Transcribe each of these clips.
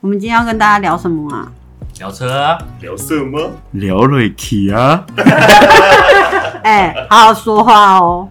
我们今天要跟大家聊什么啊？聊车，聊色吗？聊瑞奇啊，哎、好好说话哦。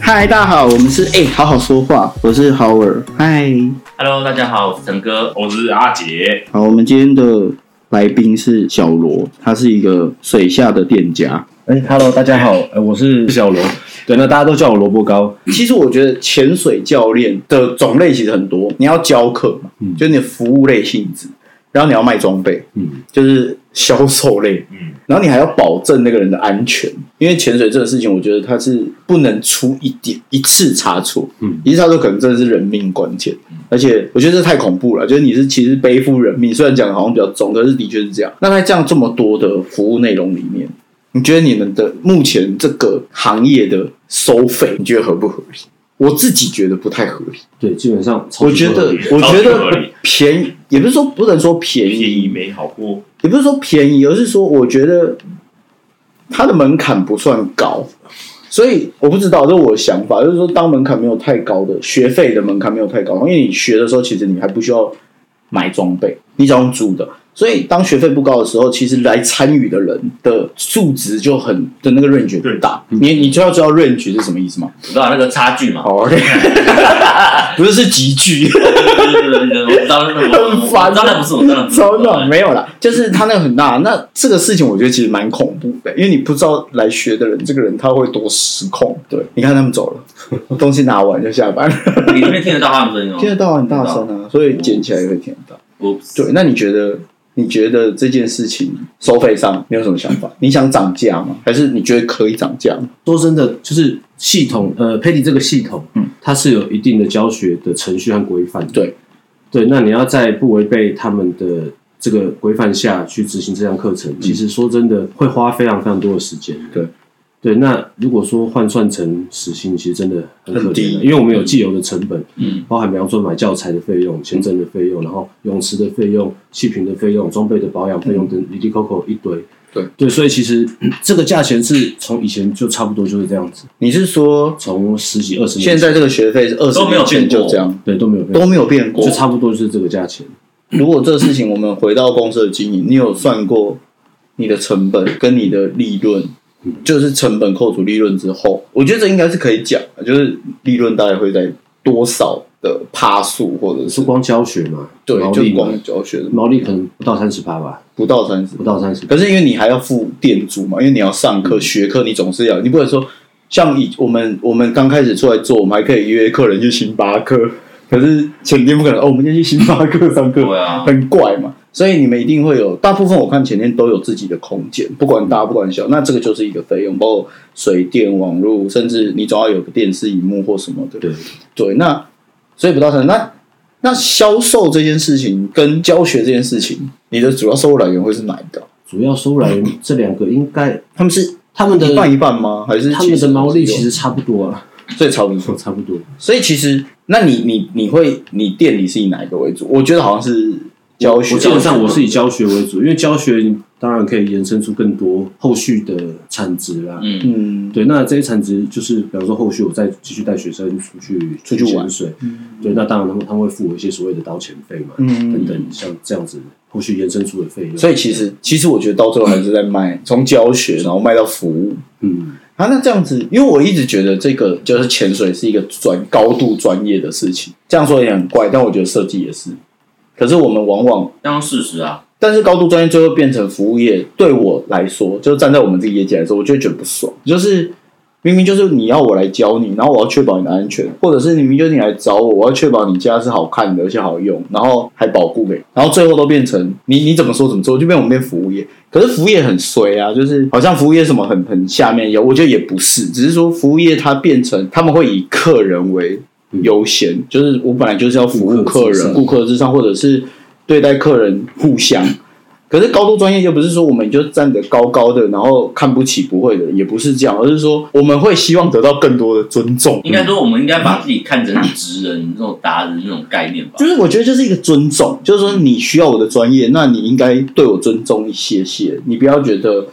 嗨，大家好，我们是哎、好好说话，我是 Howard。嗨， Hello，大家好，我是陈哥。我是阿杰，好，我们今天的来宾是小罗，他是一个水下的店家。哎、h e l l o 大家好，哎、我是小罗，对，那大家都叫我萝卜糕。其实我觉得潜水教练的种类其实很多，你要教课嘛，就是你的服务类性质，然后你要卖装备，嗯，就是销售类，嗯，然后你还要保证那个人的安全，因为潜水这个事情，我觉得它是不能出一点一次差错，嗯一次差错可能真的是人命关天，而且我觉得这太恐怖了，就是你是其实背负人命，虽然讲得好像比较重，可是的确是这样。那在这样这么多的服务内容里面，你觉得你们的目前这个行业的收费，你觉得合不合理？我自己觉得不太合理，对，基本上超我级觉不合得理，我觉超级不合得理便宜，也不是说不能说便宜，便宜没好货，也不是说便宜，而是说我觉得它的门槛不算高，所以我不知道，这是我的想法，就是说当门槛没有太高的学费的门槛没有太高，因为你学的时候其实你还不需要买装备，你只要用租的。所以，当学费不高的时候，其实来参与的人的数值就很的那个 range 很大。你你就要知道 range 是什么意思吗？你知道那个差距 嘛？哦、o k 不是是集聚。对对对对对，我知道那个我 很烦啊我哦当然不是，我当然不是。 真的没有啦，就是他那个很大。那这个事情我觉得其实蛮恐怖的，因为你不知道来学的人，这个人他会多失控。对，你看他们走 了，东西拿完就下班了，你那边听得到他们声嗯音吗？听得到很大 声啊，所以捡起来也会听得到。我对，那你觉得？你觉得这件事情收费上你有什么想法？ 你想涨价吗？还是你觉得可以涨价吗？说真的，就是系统，呃 p a d y 这个系统，嗯，它是有一定的教学的程序和规范的。对，对，那你要在不违背他们的这个规范下去执行这项课程，其实说真的会花非常非常多的时间。嗯对，对，那如果说换算成时薪，其实真的很可很怜低的，因为我们有既有的成本，嗯，包含比方说买教材的费用、签证的费用，然后泳池的费用、气瓶的费用、装备的保养费用等，里里扣扣一堆。嗯对对，所以其实 嗯这个价钱是从以前就差不多就是这样子，你是说从十几二十年前现在这个学费是二十都没有年前变过就这样，对都没有变都没有变过，就差不多就是这个价钱。如果这事情我们回到公司的经营，你有算过你的成本跟你的利润，嗯就是成本扣除利润之后，我觉得这应该是可以讲的，就是利润大概会在多少的趴数，或者是是光教学嘛？对毛，利就嘛光教学的毛利可能不到三十趴吧，不到三十不，到三十。可是因为你还要付店租嘛，因为你要上嗯课、学课，你总是要，你不能说像以我们我们刚开始出来做，我们还可以约客人去星巴克，可是前店不可能哦，我们今天去星巴克上课，对啊很怪嘛。所以你们一定会有，大部分我看前店都有自己的空间，不管大不管小，那这个就是一个费用，包括水电、网络，甚至你总要有个电视荧幕或什么的。对，对，那所以不到三十。那那销售这件事情跟教学这件事情，你的主要收入来源会是哪一个？主要收入来源这两个应该他们是他们的一半一半吗？还是他们的毛利有其实差不多啊， 所以差不多。差不多。所以其实，那你你你会你店里是以哪一个为主？我觉得好像是教学。我基本上我是以教学为主，因为教学当然可以延伸出更多后续的产值啦。嗯，嗯，对，那这些产值就是，比方说后续我再继续带学生出去出去玩潜水，对，那当然他们他们会付我一些所谓的导潜费嘛，嗯等等，像这样子后续延伸出的费用。所以其实其实我觉得到最后还是在卖，从教学然后卖到服务。嗯，啊，那这样子，因为我一直觉得这个就是潜水是一个专高度专业的事情，这样说也很怪，但我觉得设计也是。可是我们往往当事实啊，但是高度专业最后变成服务业，对我来说，就是站在我们自己业界来说，我就会觉得不爽。就是明明就是你要我来教你，然后我要确保你的安全，或者是明明就是你来找我，我要确保你家是好看的而且好用，然后还保护给，然后最后都变成你你怎么说怎么做，就变我们变服务业。可是服务业很衰啊，就是好像服务业什么很很下面有，我觉得也不是，只是说服务业它变成他们会以客人为优先，就是我本来就是要服务客人，顾客至上，或者是对待客人互相。可是高度专业又不是说我们就站得高高的，然后看不起不会的，也不是这样，而是说我们会希望得到更多的尊重。应该说我们应该把自己看成职人那种达人那种概念吧就。是我觉得就是一个尊重，就是说你需要我的专业，那你应该对我尊重一些些，你不要觉得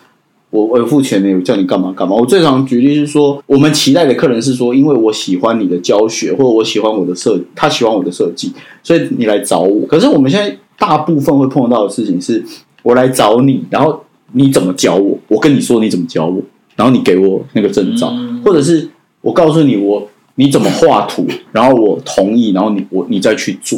我我呃付钱呢，我叫你干嘛干嘛。我最常举例是说，我们期待的客人是说，因为我喜欢你的教学，或者我喜欢我的设，他喜欢我的设计，所以你来找我。可是我们现在大部分会碰到的事情是，我来找你，然后你怎么教我？我跟你说你怎么教我，然后你给我那个证照，嗯或者是我告诉你我你怎么画图，然后我同意，然后你我你再去做。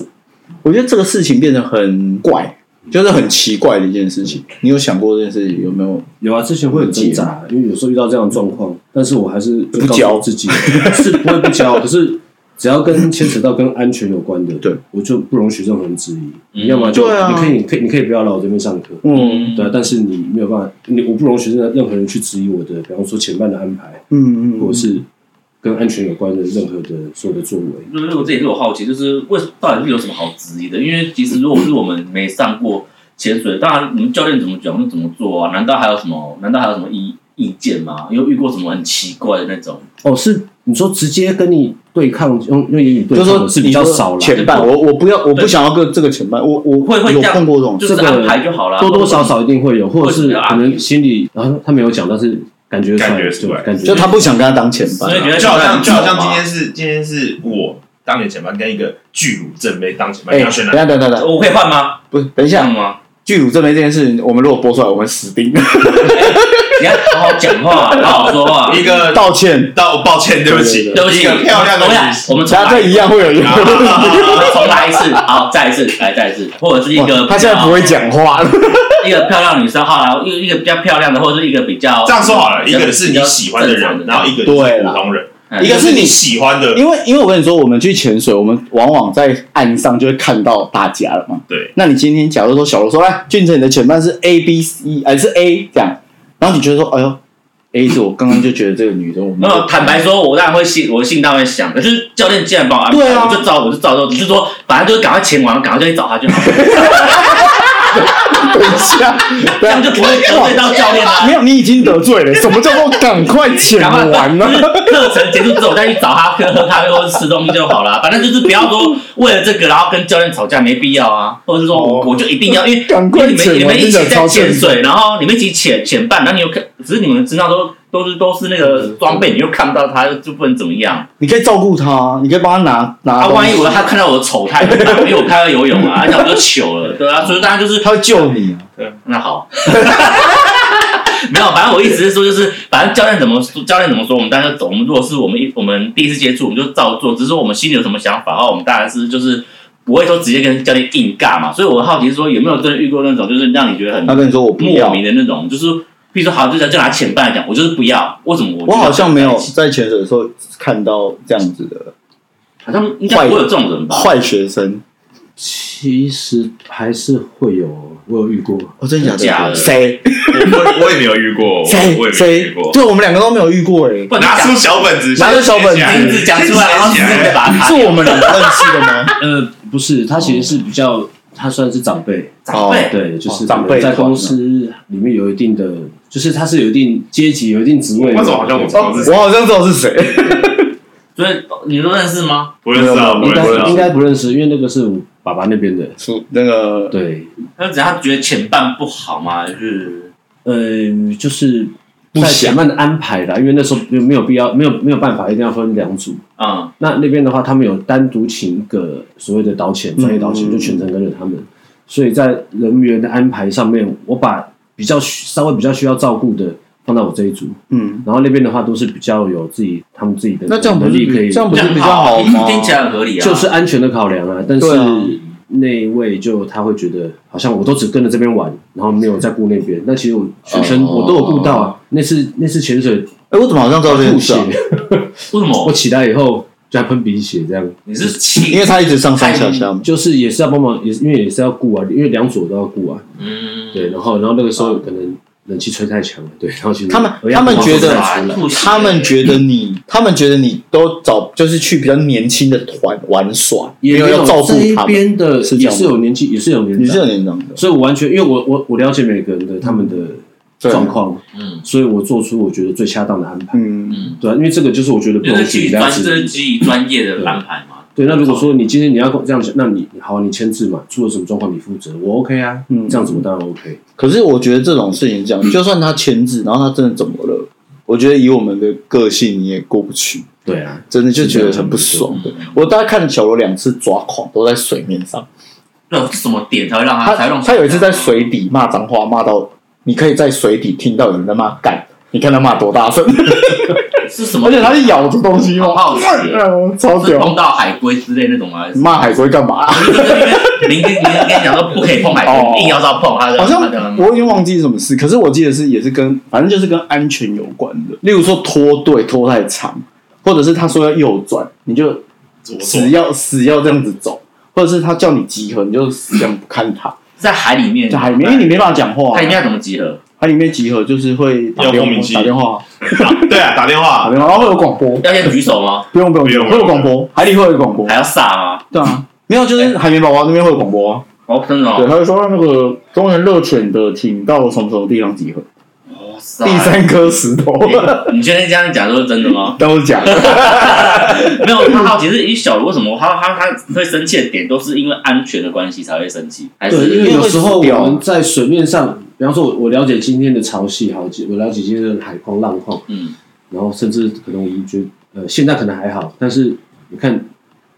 我觉得这个事情变得很怪，就是很奇怪的一件事情。你有想过这件事情有没有？有啊，之嗯前会很挣扎，因为有时候遇到这样的状况，但是我还是不教告诉自己，是不会不教，可是只要跟牵扯到跟安全有关的，对，我就不容许任何人质疑。嗯你要么就对啊你可以，你可以，你可以不要来我这边上课，嗯对啊，但是你没有办法，你我不容许任任何人去质疑我的，比方说前半的安排，嗯嗯，或者是跟安全有关的任何的所有的作为。就是我这也是我好奇，就是为到底是有什么好质疑的？因为其实如果是我们没上过潜水，当然你们教练怎么讲就怎么做啊？难道还有什么？难道还有什么意意见吗？有遇过什么很奇怪的那种？哦，是你说直接跟你对抗，用用言语对就是抗说的是比较你说少了，前半，我我不要，我不想要跟这个前半，我我会会有这样碰过哦这种就事，是这个安排就好啊啦，多多少少一定会有，或者或是者是可能心里，然后他没有讲，但是感觉出来感觉出来对感觉就他不想跟他当前啊所以半觉。得就好像就好像很今好啊天是今天是我当年前班跟一个巨乳正妹当前班，哎，你要等一选下哪？等一下等一下，我可以换吗？不是等一这样下，吗？剧组这边这件事情，我们如果播出来，我们死 定了。你要好好讲话，好好说话。一个道歉，道抱歉，对不起，对不起， 一个漂亮的我女们生我们重大家来这一一次，样会有一个。我们重来一次，好，再一次，来再一次，或者是 一个 他现在不会讲 话了。一个漂亮女生，好了，一个一个比较漂亮的，或者是一个比较这样说好了，比一较个是你喜欢的人，然后一个对是啦普通人，嗯一个是是你你喜欢的，因为因为我跟你说，我们去潜水，我们往往在岸上就会看到大家了嘛。对。那你今天假如说小罗说，来，俊成你的前半是 A B C，还是呃 A 这样，然后你觉得说，哎呦，A 是我刚刚就觉得这个女的，我没们有，坦白说，我当然会信，我信当然会想。可是教练既然帮我安排，对啊我就照，我就照做。只是说，反正就是赶快前往，赶快就去找他就好了，等一 下，这样就不会得罪到教练啊啦、啊没有，你已经得罪了。什么叫做赶快潜 赶快完啊呢就？是课程结束之后再去找他喝喝咖啡或者吃东西就好了。反正就是不要说为了这个然后跟教练吵架，没必要啊。或者是说我、哦我就一定要，因为赶因快为你们你潜完们一真起的在超潜正常。水，然后你们一起潜潜伴，然后你有看，只是你们知道都都是都是那个装备，你又看不到他，就不能怎么样。你可以照顾她，你可以帮她拿拿啊，东西。万一我他看到我的丑态，怎么办因为我看到游泳啊，那我就糗了，对啊，所以大家就是她会救你啊。那好， 没有，反正我意思是说，就是反正教练怎么说，教练怎么说，我们当然就走。我们如果是我们一我们第一次接触，我们就照做。只是我们心里有什么想法的哦话，我们当然是就是不会说直接跟教练硬尬嘛。所以我好奇是说，有没有真的遇过那种就是让你觉得很她跟你说我不莫要，名的那种，就是比如说好，就就拿前半来讲，我就是不要，为什么我我就要好像没有在一起在潜水的时候看到这样子的好像应该不会有这种人吧？坏学生。其实还是会有，我有遇过，我哦真的假假的谁我我也没有遇过，我我谁也没有遇谁过？。对我们两个都没有遇过哎、不然拿你讲出小本子，拿出小本子先名字讲出来，然后直先写接来把它是我们两个认识的吗？呃，不是，他其实是比较，他算是长辈，长辈对，就是哦长辈啊在公司里面有一定的，就是他是有一定阶级、有一定职位的。为什么好像我知哦道是我谁？好像知道是谁。 所以你都认识吗？不认识啊，不应认识该应啊。该不认识，因为那个是我爸爸那边的。出那个对，他只他觉得前半不好嘛，就是呃，就是不在前想面的安排啦，因为那时候没有没有必要，没有没有办法，一定要分两组。嗯那那边的话，他们有单独请一个所谓的导潜，专业导潜，就全程跟着他们。所以在人员的安排上面，我把比较需稍微比较需要照顾的放到我这一组，嗯，然后那边的话都是比较有自己他们自己的那这样不是能力比可以，这样不这是样比较好吗？听起来很合理啊。就是安全的考量啊。但是对啊那一位就他会觉得好像我都只跟着这边玩，然后没有在顾那边。那其实我学生哦我都有顾到啊。那次那次潜水哎、我怎么好像知道这吐件血事、啊？，为什我么？起来以后就还喷鼻血这样。你是气？因为他一直上上下下嘛。就是也是要帮忙，也是因为也是要顾啊，因为两组都要顾啊。嗯，对，然后然后那个时候可能冷气吹太强了，对，然后其实他们我要他们帮忙觉得出来吐血他们觉得你，他们觉得你都找就是去比较年轻的团玩耍，没也有要照顾这一他们。边的是也这样吗是有年纪，也是有年你是纪有，年长的，所以我完全因为我我我了解每个人的他们的对状况，嗯所以我做出我觉得最恰当的安排。嗯，嗯，对啊，因为这个就是我觉得不因为容这是基许于人家专，这质是疑。基于专业的安排嘛。对，那如果说你今天你要跟我这样想，那你好，你签字嘛，出了什么状况你负责，我 OK 啊，嗯这样子我当然 OK。可是我觉得这种事情这嗯样，就算他签字，然后他真的怎么了？我觉得以我们的个性，你也过不去，对啊，真的就觉得很不嗯爽。啊对我大概看小罗两次抓狂，都在水面上。那什么点才会让他啊他才会让他有一次在水底骂脏话，骂到你可以在水底听到有人在骂干，你看他骂多大声， 是什么？而且他是咬着东西好好哦，奇耶，嗯 超是屌碰。到海龟之类那种吗？还是骂海龟干嘛？林跟林跟你讲说不可以碰海哦龟，硬要照碰，他好 像他他我已经忘记什么事，可是我记得是也是跟反正就是跟安全有关的，例如说拖队拖太长，或者是他说要右转，你就左左死要死要这样子走，或者是他叫你集合，你就死这样不看他，嗯在海里面，在海里面，因为你没办法讲话、他啊里，面要怎么集合？海里面集合就是会打要电光明话机打电话打对啊，打电打话，电话，然后会有广播，要先举手吗？不用不用不用会有广播，海里会有广播还，要撒吗？对啊，没有就是海绵宝宝那边会有广播啊，哦，真的对，哦，他会说那个中原热犬的，请到什么什么地方集合，哇塞第三颗石头。哦 你你现在这样讲都是真的吗？都是假的。 没有，他好奇是一小卢为什么他他他会生气的点，都是因为安全的关系才会生气，还对，因是为有时候我因为会死们在水面上，比方说我我了解今天的潮汐，好，我了解今天的海况浪况，嗯然后甚至可能我们觉得呃现在可能还好，但是你看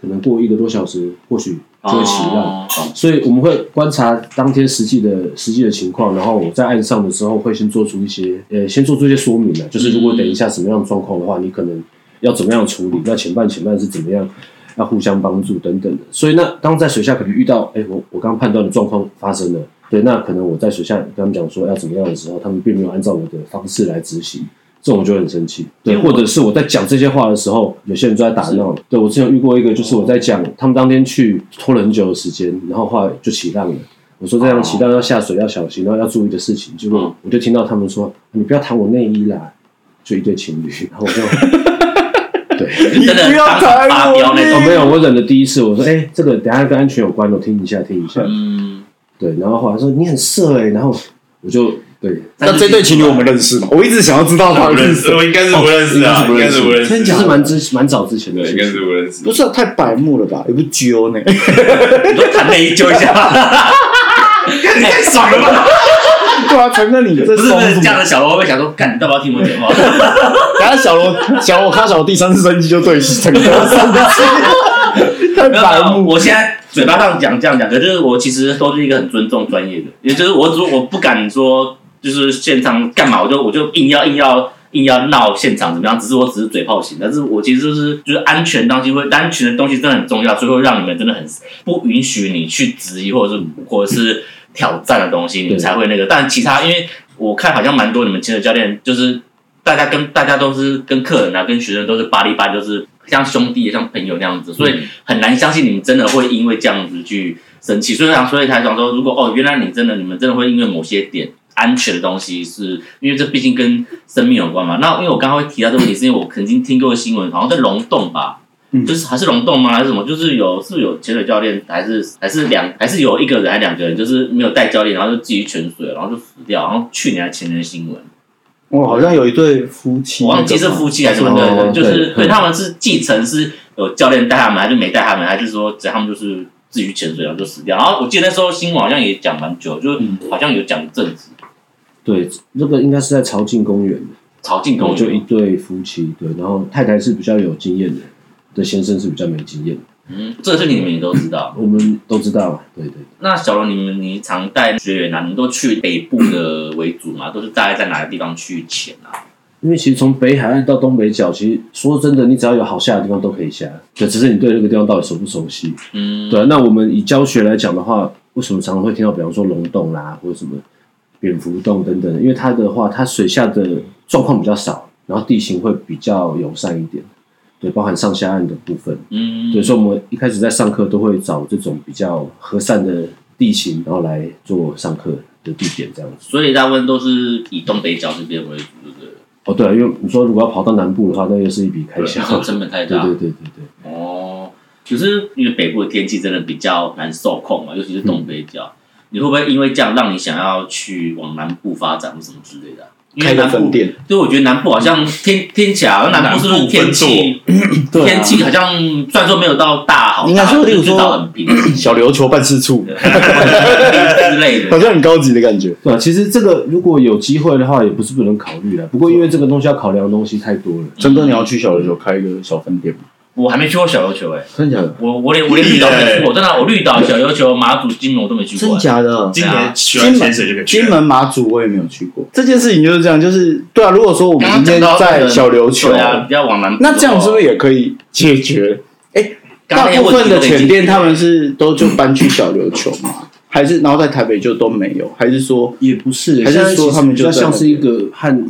可能过一个多小时，或许就会起浪。哦所以我们会观察当天实际的实际的情况，然后我在岸上的时候会先做出一些呃，先做出一些说明的，就是如果等一下什么样的状况的话，你可能要怎么样处理，那前半前半是怎么样，要互相帮助等等的。所以那当在水下可能遇到，哎，我我刚刚判断的状况发生了，对，那可能我在水下跟他们讲说要怎么样的时候，他们并没有按照我的方式来执行。这种我就很生气，对，或者是我在讲这些话的时候，有些人就在打闹。对我之前有遇过一个，就是我在讲他们当天去拖了很久的时间，然后后来就起浪了。我说这样起浪要下水要小心，然后要注意的事情。结果嗯我就听到他们说：“你不要弹我内衣啦！”就一对情侣，然后我就真的不要当场发飙那 哦种，没有，我忍了第一次，我说：“哎、这个等一下跟安全有关，我听一下听一下。嗯，对，然后后来说：“你很色哎、然后我就对，那这对情侣我们认识吗？我一直想要知道他不们认是识，谁。我应该是不认识啊，应该是不认识，真的是蛮之蛮早之前的对，事应情该。是不认识不。是啊太白目了吧？也不揪呢。你都弹内衣揪一下，你太爽了吧？对啊，陈哥，你这不是不疯是，什这样么？的小罗会想说，干，你到底要不要听我讲话？等下小罗，小罗看小罗第三次生气就对陈哥生气，太没有 没白有，目。我现在嘴巴上讲这样讲，可是我其实都是一个很尊重专业的，也就是我只我不敢说就是现场干嘛，我就我就硬要硬要硬要闹现场怎么样，只是我只是嘴炮型，但是我其实就是就是安全东西会安全的东西真的很重要，所以会让你们真的很不允许你去质疑或者是或者是挑战的东西，你对才会那个。但其他因为我看好像蛮多你们亲的教练就是大家跟大家都是跟客人啊，跟学生都是巴黎巴，就是像兄弟像朋友那样子，所以很难相信你们真的会因为这样子去生气。所以想，所以才想说，如果哦，原来你真的你们真的会因为某些点安全的东西是，因为这毕竟跟生命有关嘛。那因为我刚刚会提到这个问题，是因为我曾经听过新闻，好像在龙洞吧。嗯就是还是龙洞吗？还是什么？就是有是不是有潜水教练，还是还是两还是有一个人还是两个人，就是没有带教练，然后就自己去潜水，然后就死掉。然后去年还前年的新闻，嗯我好像有一对夫妻，我忘记是夫妻还是什么，哦对对，就是对对他们是继承是有教练带他们，还是没带他们，还是说只他们就是自己去潜水然后就死掉。然后我记得那时候新闻好像也讲蛮久，就是嗯好像有讲一阵子对，那个应该是在潮境公园。曹进然后公哦就一园，对夫妻，对，然后太太是比较有经验的，对，先生是比较没经验的，嗯，这个事情你们也都知道。我们都知道啊，对对对那小龙，你们你常带学员啊，你们都去北部的为主嘛，都是大概在哪个地方去潜啊？因为其实从北海岸到东北角，其实说真的，你只要有好下的地方都可以下，对，只是你对那个地方到底熟不熟悉。嗯，对啊，那我们以教学来讲的话，为什么常常会听到，比方说龙洞啦，或者什么蝙蝠洞等等的，因为它的话，它水下的状况比较少，然后地形会比较友善一点，对，包含上下岸的部分。嗯，对，所以我们一开始在上课都会找这种比较和善的地形，然后来做上课的地点这样子。所以大部分都是以东北角这边为主，对不对？哦，对了，因为你说如果要跑到南部的话，那又是一笔开销这。个成本太对对大。对对对，啊哦，可是因为北部的天气真的比较难受控嘛，尤嗯其是东北角，你会不会因为这样让你想要去往南部发展或什么之类的啊、因开为个南分部，店，嗯对，我觉得南部好像听听起来啊好像南部是不是天气对啊天气好像虽然说没有到大好大，应该说例如说就是到很平小琉球办事处， 之类好 的。像很高级的感觉。对啊，其实这个如果有机会的话，也不是不能考虑啊。不过因为这个东西要考量的东西太多了，真哥，你要去小琉球开一个小分店吗？我还没去过小琉球哎，真假的？我我连我连绿岛都没去过，真的，我绿岛、小琉球、马祖、金门我都没去过真哎。假的？今对啊年喜欢潜水就可以去金了。门马祖我也没有去过。这件事情就是这样，就是对啊。如果说我们刚刚今天讲到那在个小琉球对，啊，要往南部的话， 那这样是不是也可以解决？哎，刚大刚那个部问分题的都已经前店他哦们是都就搬去小琉球嘛， 还是然后在台北就都没有？还是说也不是，还是现在说其实他们比就较在像那是一个和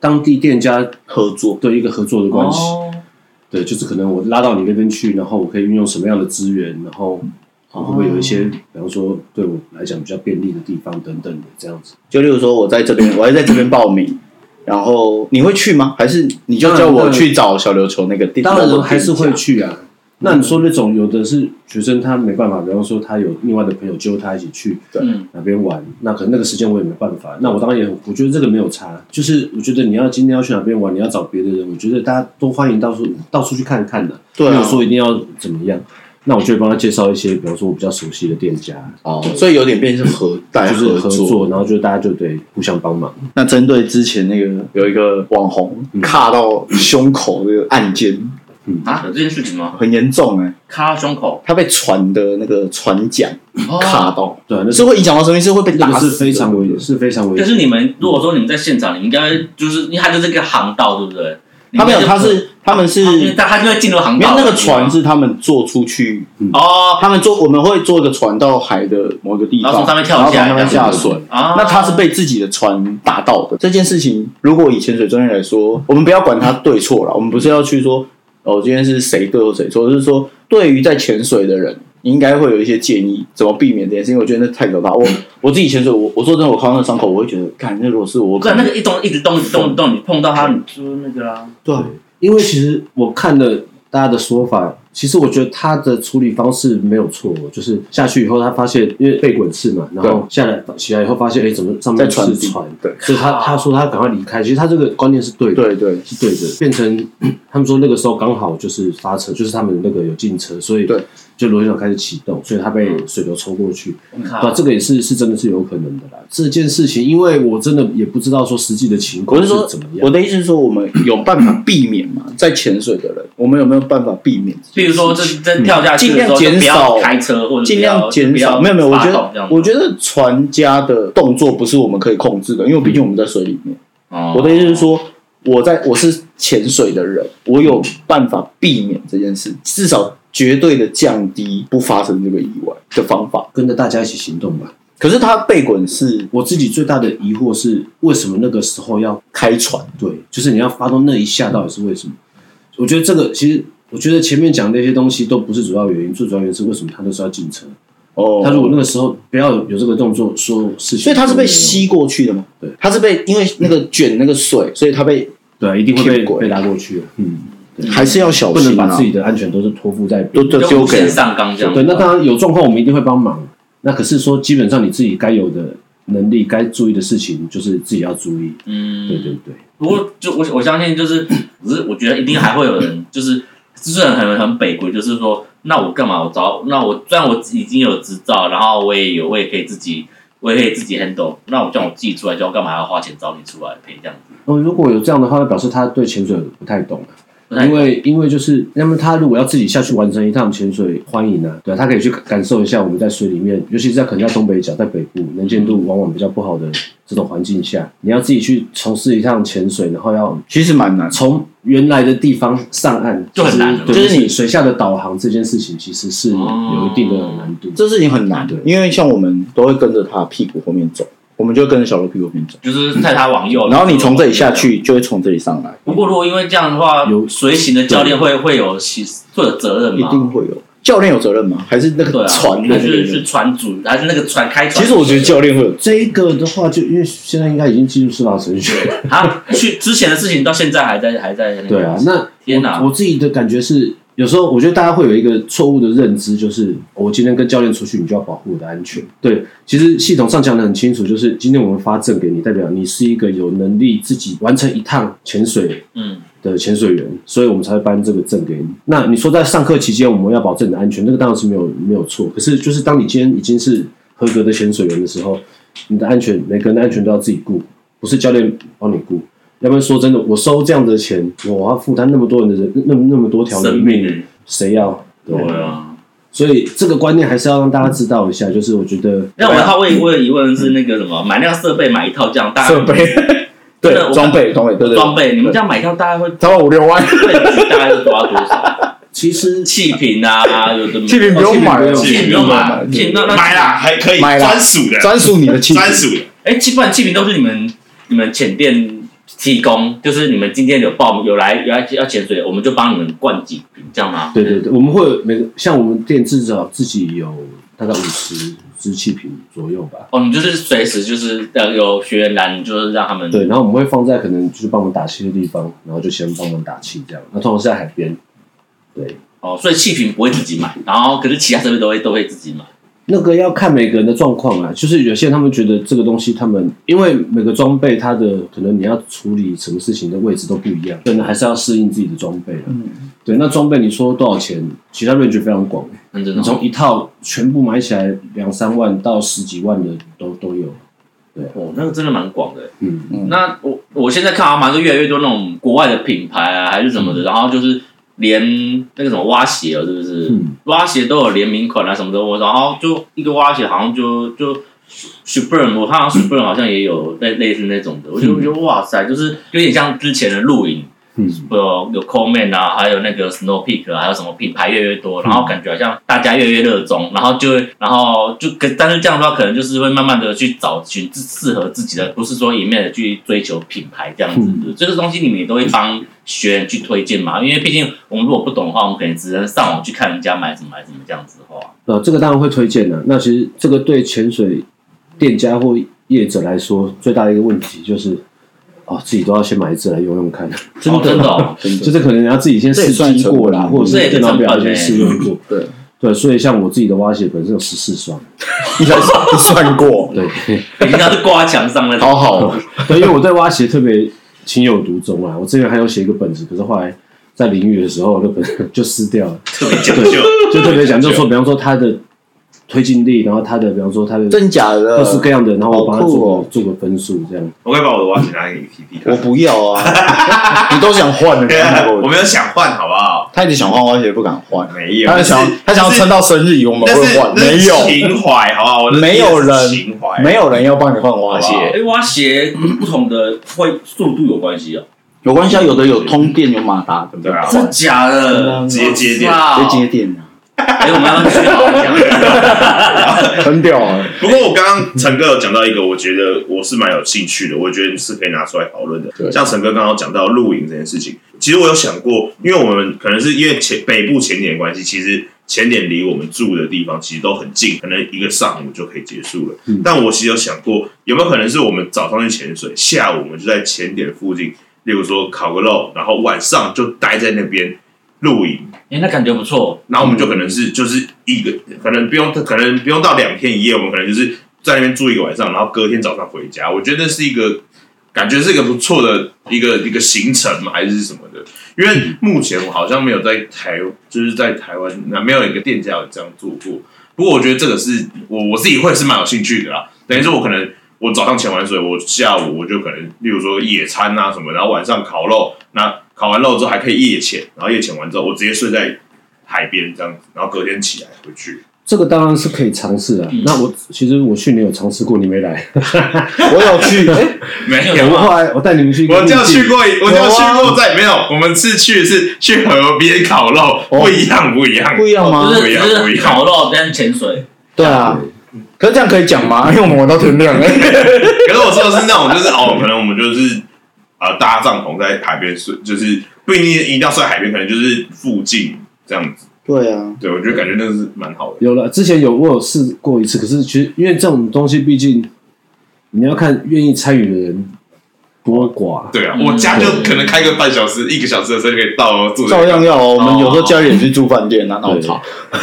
当地店家合作？的一个合作的关系。哦对，就是可能我拉到你那边去，然后我可以运用什么样的资源，然后我会不会有一些，比方说对我来讲比较便利的地方等等的这样子。就例如说我在这边，我要在这边报名。然后你会去吗？还是你就当然叫我当然去找小琉球那个店？当那然个还是店家嗯会去啊。那你说那种有的是学生，他没办法，比方说他有另外的朋友揪他一起去嗯，哪边玩，那可能那个时间我也没办法。那我当然也很，我觉得这个没有差，就是我觉得你要今天要去哪边玩，你要找别的人，我觉得大家都欢迎到处到处去看看的、对啊没有说一定要怎么样。那我就会帮他介绍一些，比方说我比较熟悉的店家，哦，所以有点变成合代就是合合作，然后就大家就得互相帮忙。那针对之前那个有一个网红嗯卡到胸口这个案件，啊，有这件事情吗？很严重哎、卡胸口，他被船的那个船桨哦嗯卡到，对啊，那是会影响到生命，是会被那打个死是的，非常危，是非常危可险。是你们如果说你们在现场，你们应该就是因为它就是一个航道，对不对？他没有，他你们是他们是，就因为但他就会进入航道。那个船是他们坐出去，哦他们坐我们会坐一个船到海的某一个地方，然后从上面跳然后从下来上面这样下子水。啊，那他是被自己的船打到的。这件事哦情，如果以潜水专业来说，我们不要管他对错了，我们不是要去说哦，今天是谁对或谁错，就是说对于在潜水的人，应该会有一些建议，怎么避免这件事情。因为我觉得那太可怕。我我自己潜水，我我说真的，我看到那伤口，我会觉得，看那如果是我，我看那个一动一直动一直动一直动，你碰到它，你就那个啦。对啊，因为其实我看了大家的说法，其实我觉得他的处理方式没有错，哦就是下去以后他发现因为被滚刺嘛，然后下来起来以后发现，哎，怎么上面在船是底船？对所以他他说他赶快离开，其实他这个观念是对的。对对是对的，变成 他们说那个时候刚好就是刹车，就是他们那个有进车，所以对，嗯就螺旋桨开始启动，所以他被水流抽过去。靠那这个也是是真的是有可能的啦。这件事情，因为我真的也不知道说实际的情我况是说怎么，我样。的意思是说，我们有办法避 免嘛？在潜水的人，我们有没有办法避免？比如说，这真跳下去嗯尽的时候，就量减不要少开车，或者尽不量要减不少。要没有没有，我觉发动这样得子我觉得船家的动作不是我们可以控制的，因为毕竟我们在水里面。哦我的意思是说，我在我是潜水的人，我有办法避免这件事，至少绝对的降低不发生这个意外的方法。跟着大家一起行动吧。可是他被滚是我自己最大的疑惑是，为什么那个时候要开船，对，就是你要发动那一下，到底是为什么？我觉得这个其实，我觉得前面讲那些东西都不是主要原因，最主要原因是为什么他那时候要进车。哦他如果那个时候不要有有这个动作，说事情，所以他是被，吸过去的吗？对，他是被因为那个卷那个水，所以他被对啊，一定会骗被鬼被拉过去的，嗯，还是要小不能心把啊自，己的安全都是托付在别都人。都就丢无给限上纲这样子。对，那当然有状况，我们一定会帮忙。那可是说，基本上你自己该有的能力、该注意的事情，就是自己要注意。嗯，对对对，不过就我我相信，就是只是我觉得一定还会有人，就是就是很很北归，就是说，那我干嘛？我找那我虽然我已经有执照，然后我也有，我也可以自己，我也可以自己 handle。那我叫我自己出来，就要干嘛还要花钱找你出来陪这样子？哦，如果有这样的话，那表示他对潜水不太懂啊。不太因为因为就是，那么他如果要自己下去完成一趟潜水，欢迎啊，对啊，他可以去感受一下我们在水里面，尤其是在可能在东北角、在北部能见度往往比较不好的这种环境下，你要自己去从事一趟潜水，然后要其实蛮难。从原来的地方上岸，就很难其实了对就是你水下的导航这件事情，其实是有一定的难度。这事情很难的，因为像我们都会跟着他屁股后面走，我们就跟着小罗屁股后面走，就是带他往右，然后你从这里下。去，就会从这里上来，不过如果因为这样的话，有随行的教练会会有其会有责任一吗？定会有。教练有责任吗？还是那啊对 个啊，船还的那个是是人？船主，还是那个船开船？其实我觉得教练会有，这一个的话就，因为现在应该已经进入司法程序了，啊，去之前的事情到现在还在还在那个。对啊，那天哪我我自己的感觉是，有时候我觉得大家会有一个错误的认知，就是我今天跟教练出去，你就要保护我的安全。对，其实系统上讲的很清楚，就是今天我们发证给你，代表你是一个有能力自己完成一趟潜水嗯，的潜水员，所以我们才会颁这个证给你。那你说在上课期间我们要保证你的安全，那个当然是没有没有错。可是就是当你今天已经是合格的潜水员的时候，你的安全每个人的安全都要自己顾，不是教练帮你顾。要不然说真的，我收这样的钱，我要负担那么多人的人，那那么多条人生命命，谁要？对对啊。所以这个观念还是要让大家知道一下。就是我觉得，那我还问一问疑问是那个什么，买那个设备买一套这样，大家 设备，啊真对的我装备装备对对装备，你哦们这样买一套大概会差不多五六万，对大概是多少多 少？其实气瓶啊，有的气瓶不用买啊了，气瓶不用买，气气瓶瓶那那买啦，还可以买啦专属的，专属你的气瓶专属的，哎，气不然气瓶都是你们你们潜店提供，就是你们今天有报名有来有来要潜水，我们就帮你们灌几瓶，这样吗？对对对，我们会有每个像我们店至少啊自己有大概五十支气瓶左右吧。哦，你就是随时就是呃有学员来，你就是让他们对，然后我们会放在可能就是帮忙打气的地方，然后就先帮忙打气这样。那通常是在海边，对，哦，所以气瓶不会自己买，然后可是其他设备都会都会自己买。那个要看每个人的状况啊。就是有些人他们觉得这个东西，他们因为每个装备它的可能你要处理什么事情的位置都不一样，可能还是要适应自己的装备了。对，那装备你说多少钱？其他 range 非常广、认真你的从哦，一套全部买起来两三万到十几万的都都有。哦，那个真的蛮广的。嗯，那我我现在看好像蛮多越来越多那种国外的品牌啊，还是什嗯么的，然后就是连那个什么蛙鞋哦，是不是？嗯蛙鞋都有联名款啊什么的，我然后就一个蛙鞋好像就就 Superm，我看到 Superm 好像也有类类似那种的，我就觉得哇塞，就是有点像之前的露营，嗯，有有 Coleman 啊，还有那个 Snow Peak，、啊、还有什么品牌越来越多，然嗯后感觉好像大家越来越热衷，然后就会，然后就可，但是这样的话，可能就是会慢慢的去找寻自适合自己的，不是说一面的去追求品牌这样子嗯的。这个东西你们也都会帮学员去推荐嘛，因为毕竟我们如果不懂的话，我们可能只能上网去看人家买什么买什么这样子的话，呃，这个当然会推荐的、那其实这个对潜水店家或业者来说，最大的一个问题就是，哦，自己都要先买一支来用用看，真哦真的 哦真的就是可能你要自己先试这也机算过啦，成本或者这是也电脑表成本先欸试用过。对，对，所以像我自己的蛙鞋本身有十四双，你还你算过，对，人家是挂在墙上那种。好好哦，对，因为我对蛙鞋特别情有独钟啊。我之前还有写一个本子，可是后来在淋雨的时候，那本子 就撕掉了。特别讲究。就特别讲，就讲究说比方说它的推进力，然后它的比方说它的真假的，各式各样的，然后我帮他好酷做哦个做个分数这样。我可以把我的袜子拿给你 P P 看我。不要啊， 你都想换了，刚 才 我我没有想换，好不好？他一直想换，而且不敢换，没有，他想是他想要撑到生日，我们但会是换，那是没有情怀，好不好？我的没有第一次人是情怀，没有人要帮你换花好鞋，哎，蛙鞋不同的会速度有关系哦，有关系啊，有的有通电，有马达，对不对啊，真假的？直接接电。直接接电啊，哎，我们要去好好讲。很屌啊， 不过我刚刚陈哥有讲到一个，我觉得我是蛮有兴趣的，我觉得是可以拿出来讨论的。对像陈哥刚刚讲到露营这件事情，其实我有想过，因为我们可能是因为前北部前点的关系，其实前点离我们住的地方其实都很近，可能一个上午就可以结束了。但我其实有想过，有没有可能是我们早上去潜水，下午我们就在前点附近，例如说烤个肉，然后晚上就待在那边露营，哎，那感觉不错。然后我们就可能是就是一个，可能不用，可能不用到两天一夜，我们可能就是在那边住一个晚上，然后隔天早上回家。我觉得是一个感觉是一个不错的一个一个行程嘛，还是什么的。因为目前我好像没有在台，就是在台湾那没有一个店家有这样做过。不过我觉得这个是我我自己会是蛮有兴趣的啦。等于说我可能我早上潜完水，我下午我就可能，例如说野餐啊什么，然后晚上烤肉，那烤完肉之后还可以夜潜，然后夜潜完之后我直接睡在海边这样子，然后隔天起来回去。这个当然是可以尝试啊。那我其实我去年有尝试过，你没来，我有去， 哎，没我们后来我带你们去一个我秘境，就去过，我有就啊去过在没有，我们是去是去河边烤肉，不一样，不一样，不一样吗就？不是一样不只一是样烤肉跟潜水，对啊，可是这样可以讲吗？因为我们玩到天亮，哎，可是我说的是那种，就是哦，可能我们就是呃搭帐篷在海边睡，就是不一定一定要睡海边，可能就是附近这样子。 对啊，对，我觉得感觉那是蛮好的。有了，之前有我有试过一次，可是其实因为这种东西，毕竟你要看愿意参与的人多寡，对啊，我家就可能开个半小时、一个小时的车就可以到了住着照样要哦。我们有时候哦家里也去住饭店啊，那我操，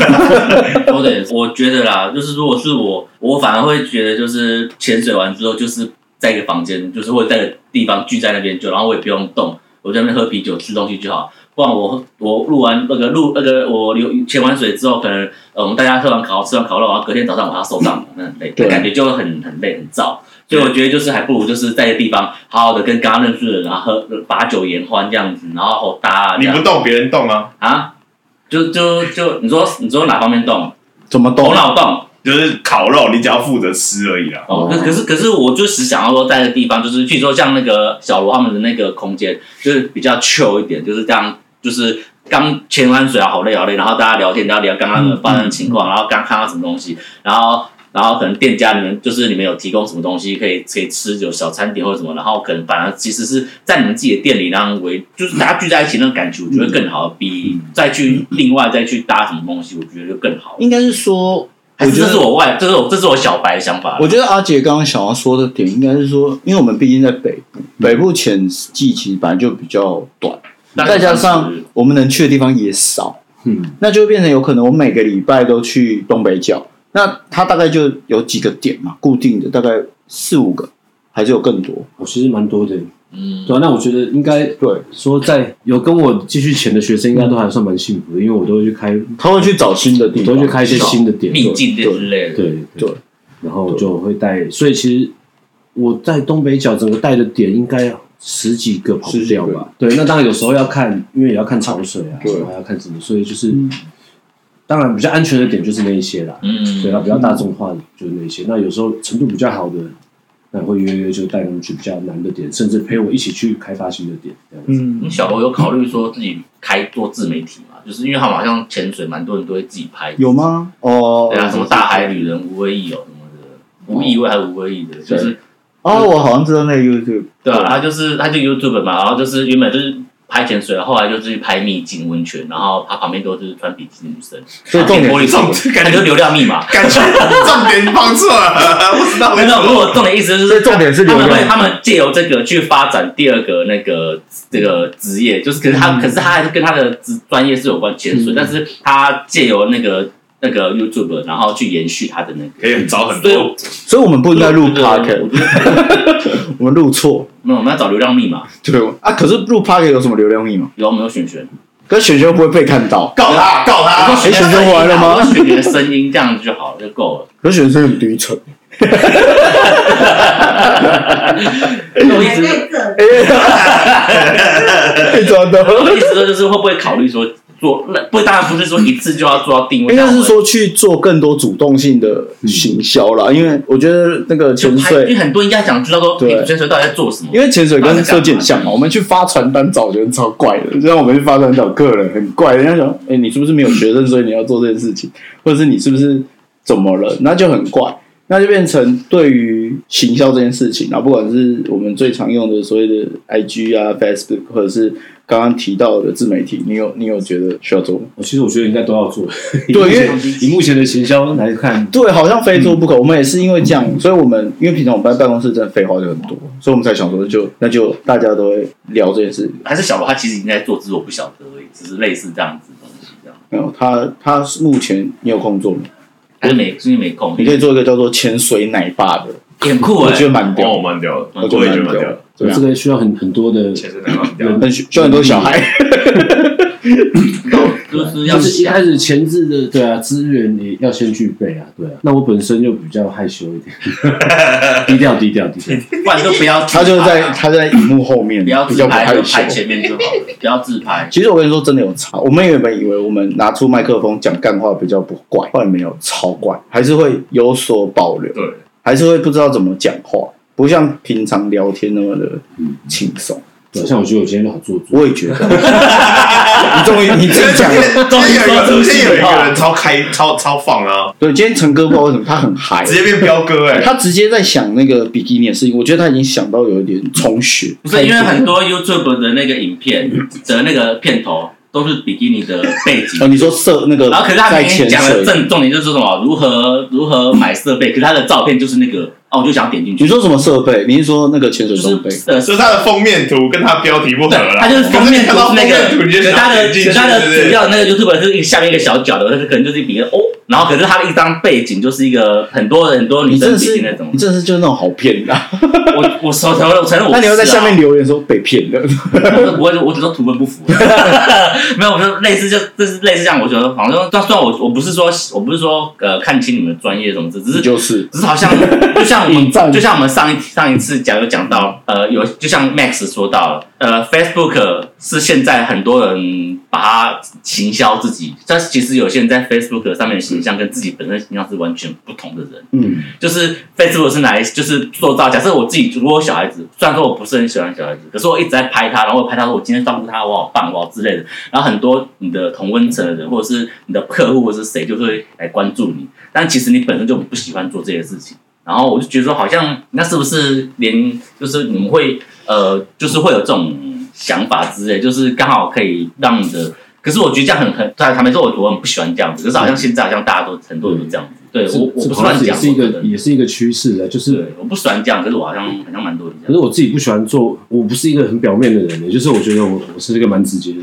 说的也是，我觉得啦，就是如果是我，我反而会觉得就是潜水完之后，就是在一个房间，就是或者在一个地方聚在那边就，然后我也不用动，我在那边喝啤酒吃东西就好。不然我我录完那个录那个我流潜完水之后，可能呃我们大家喝完烤吃完烤肉，然后隔天早上我还要收账，那很累，对感觉就会很很累很燥。所以我觉得就是还不如就是在一个地方好好的跟刚刚认识的人，然后喝把酒言欢这样子，然后好搭啊这你样不动，别人动啊，啊，就就就你说你说哪方面动？怎么懂头？脑动。就是烤肉，你只要负责吃而已啦。哦，可可是可是，我就只想要说，在的地方就是，譬如说像那个小罗他们的那个空间，就是比较 chill 一点，就是这样，就是刚潜完水啊，好累好累，然后大家聊天，然后聊刚刚的发生的情况，然后刚看到什么东西，然后然后可能店家里面就是你们有提供什么东西可以可以吃，有小餐点或者什么，然后可能反而其实是在你们自己的店里让为就是大家聚在一起那种感觉，我觉得更好，比再去另外再去搭什么东西，我觉得就更好。应该是说，还我是觉这是得。我外，这是我这是我小白的想法啦。我觉得阿杰刚刚想要说的点，应该是说，因为我们毕竟在北部，北部前季其实本来就比较短，大概再加上三十我们能去的地方也少，嗯，那就变成有可能我每个礼拜都去东北角，那它大概就有几个点嘛，固定的大概四五个，还是有更多。我其实蛮多的，嗯，对啊，那我觉得应该对，说在有跟我继续潜的学生，应该都还算蛮幸福的，因为我都会去开，他会去找新的地我方，都会去开一些新的点，秘境这之类的。对对，然后就会带，所以其实我在东北角整个带的点应该十几个跑不十几掉个吧？对，那当然有时候要看，因为也要看潮水啊，对然后要看什么，所以就是、当然比较安全的点就是那一些啦，嗯，对啊，比较大众化的就是那一些。那有时候程度比较好的，那会约约就带他们去比较难的点，甚至陪我一起去开发新的点，这样子。嗯你小罗有考虑说自己开做自媒体嘛？就是因为他们好像潜水，蛮多人都会自己拍。有吗？哦，对啊，什么大海旅人、无为意哦什么的，无意味还是无为意的，就是哦，我好像知道那个 YouTube，对啊，他就是他就 YouTube 嘛，然后就是原本就是拍潜水，后来就是拍秘境温泉，然后他旁边都是穿比基尼女生，所以重旁边点玻璃窗户重，感觉流量密码。感觉重点放错了，不知道没为有什没有，如么。果重点意思就所以是重点是他流们会，量，他们借由这个去发展第二个那个这个职业，就是可是嗯他，可是他还是跟他的职专业是有关潜水，但是他借由那个那个 YouTube，然后去延续他的那个。可以找很所以多我所以我们不应该录我觉得 Pocket，我们录错，没有，我们要找流量密码，对啊，可是录 Pocket 有什么流量密码？有没有选选？可是选秀不会被看到，告他，告我他说。选哎选秀完了吗我说选选声音这样子就好了，就够了。可是选秀很低沉。哎我意还思，在这里， 被抓到。我意思说就是会不会考虑说做，不，当然不是说一次就要做到定位，应该但我是们说去做更多主动性的行销啦，因为我觉得那个就潜拍，因为水，很多人家想知道说对潜水到底在做什么因。为潜水跟射箭很像嘛，我们去发传单找人超怪的，就像我们去发传单找客人很怪，人家想，哎、你是不是没有学生，所以你要做这件事情，或者是你是不是怎么了，那就很怪。那就变成对于行销这件事情啊，不管是我们最常用的所谓的 IG 啊、Facebook，或者是刚刚提到的自媒体，你有你有觉得需要做吗？哦我其实我觉得应该都要做，对对因为 以目前的行销来看，对，好像非做不可。我们也是因为这样，所以我们因为平常我们办办公室真的废话就很多，所以我们才想说就那就大家都会聊这件事。还是小罗他其实已经在做，只是我不晓得而已，只是类似这样子的东西这样。没有他，他目前你有空做吗？还是没最近没空，你可以做一个叫做潜水奶爸的，很酷我哎、觉得蛮哦，屌，蛮屌的，我我也觉得觉得蛮蛮屌屌的，。对啊这，个需要很很多的其实蛮屌的。很需需要很多小孩，就是要就是一想开始前置的对啊资源也要先具备啊，对啊。那我本身就比较害羞一点， 低调低调低调。不然就不要自拍他啊，就在他在荧幕后面，不要比自较不拍，害就羞拍。前面就好了，不要自拍。其实我跟你说，真的有差。我们原本以为我们拿出麦克风讲干话比较不怪，后来没有，超怪，还是会有所保留。对，还是会不知道怎么讲话，不像平常聊天那么的轻松。对啊，像我觉得我今天就好做作，我也觉得，你终于你自己讲了。 终于说出今天有一心里话个人超开、超超放啊，对，今天陈哥不知道为什么他很嗨，直接变彪哥 哎、他直接在想那个比基尼的事情。我觉得他已经想到有一点重学，不是因为很多 YouTube 的那个影片的那个片头都是比基尼的背景哦，，你说射嗯那个，然后可是他在明明潜讲的水，正重点就是什么如何如何买设备，可是他的照片就是那个啊，我就想点进去你。说什么设备？你是说那个潜水就装备？是呃，所以它的封面图跟它标题不合对，了。它就是封面可图是是你看到那封面图你就个，想它的点进去它对的不对主要那个 YouTube 是下面一个小角的，它可能就是比较哦，然后可是它的一张背景就是一个很多很多女你真生的比是基那种你。真的是就是那种好骗的啊、我我手承认，我承认我那你要在是啊下面留言说被骗的，我我我只说图文不 符，没有，我就类似就这是类似这样，我觉得好像虽然我我不是说我不是说呃看清你们的专业什么之，只是就是只是好像就像我 引战们就像我们上一上一次讲有讲到呃有就像 Max 说到了呃 Facebook 是现在很多人把它行销自己，但是其实有些人在 Facebook 上面的形象跟自己本身的形象是完全不同的人。嗯，就是 Facebook 是拿来就是做到，假设我自己如果有小孩子，虽然说我不是很喜欢小孩子，可是我一直在拍他，然后我拍他说我今天照顾他，我好棒，我好之类的。然后很多你的同温层的人，或者是你的客户或者是谁，就会来关注你。但其实你本身就不喜欢做这些事情。然后我就觉得说，好像那是不是连就是你们会呃，就是会有这种想法之类，就是刚好可以让你的。可是我觉得这样很很，坦坦白说，我我很不喜欢这样子。可是好像现在好像大家都很多人都这样子，对这我我不这是好乱像也讲，是一我觉个得也是一个趋势的，就是对，我不喜欢这样，可是我好像好像蛮多人这可样。是我自己不喜欢做，我不是一个很表面的人，欸也就是我觉得我我是一个蛮直接的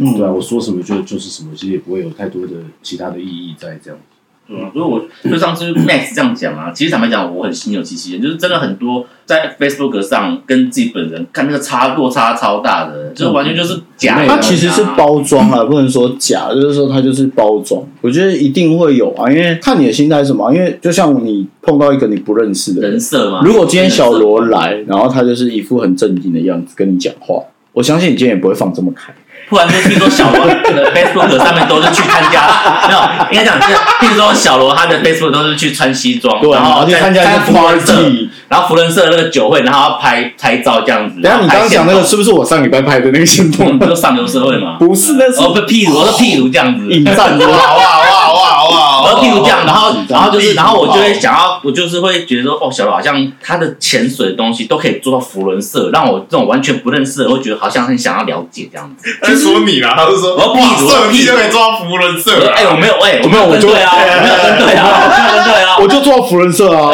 人，对啊，我说什么就就是什么，其实也不会有太多的其他的意义在这样。嗯对啊，所以我就上次 Max 这样讲啊，其实坦白讲，我很心有戚戚焉，就是真的很多在 Facebook 上跟自己本人看那个差落差超大的，就是完全就是假的。它其实是包装嗯啊，不能说假，就是说它就是包装。我觉得一定会有啊，因为看你的心态是什么啊。因为就像你碰到一个你不认识的人人，设嘛。如果今天小罗人设来，然后他就是一副很正经的样子跟你讲话，我相信你今天也不会放这么开。突然就听说小罗 的 Facebook 上面都是去参加，没有，应该讲是，譬如说小罗他的 Facebook 都是去穿西装，对啊，然然后后去在参加一在个福伦社， party。然后福伦社那个酒会，然后拍拍照这样子。等一下你刚刚讲那个是不是我上礼拜拍的那个行动不？就上流社会嘛？不是，那是哦，不，譬如，我说譬如这样子，引战哇的。哇哇哇哇！然后譬如这样，然后然后就是，然后我就会哇想要，我就是会觉得说，哦，小罗好像他的潜水的东西都可以做到福伦社，让我这种完全不认识的，会觉得好像很想要了解这样 子。他是说你啦，他是说我要哇，屁股我色要屁批股都可以抓福伦我社说啊，哎，我没有，哎，我没有我跟就对啊，我没有跟对啊，我没有跟对啊，我就做福人社啊！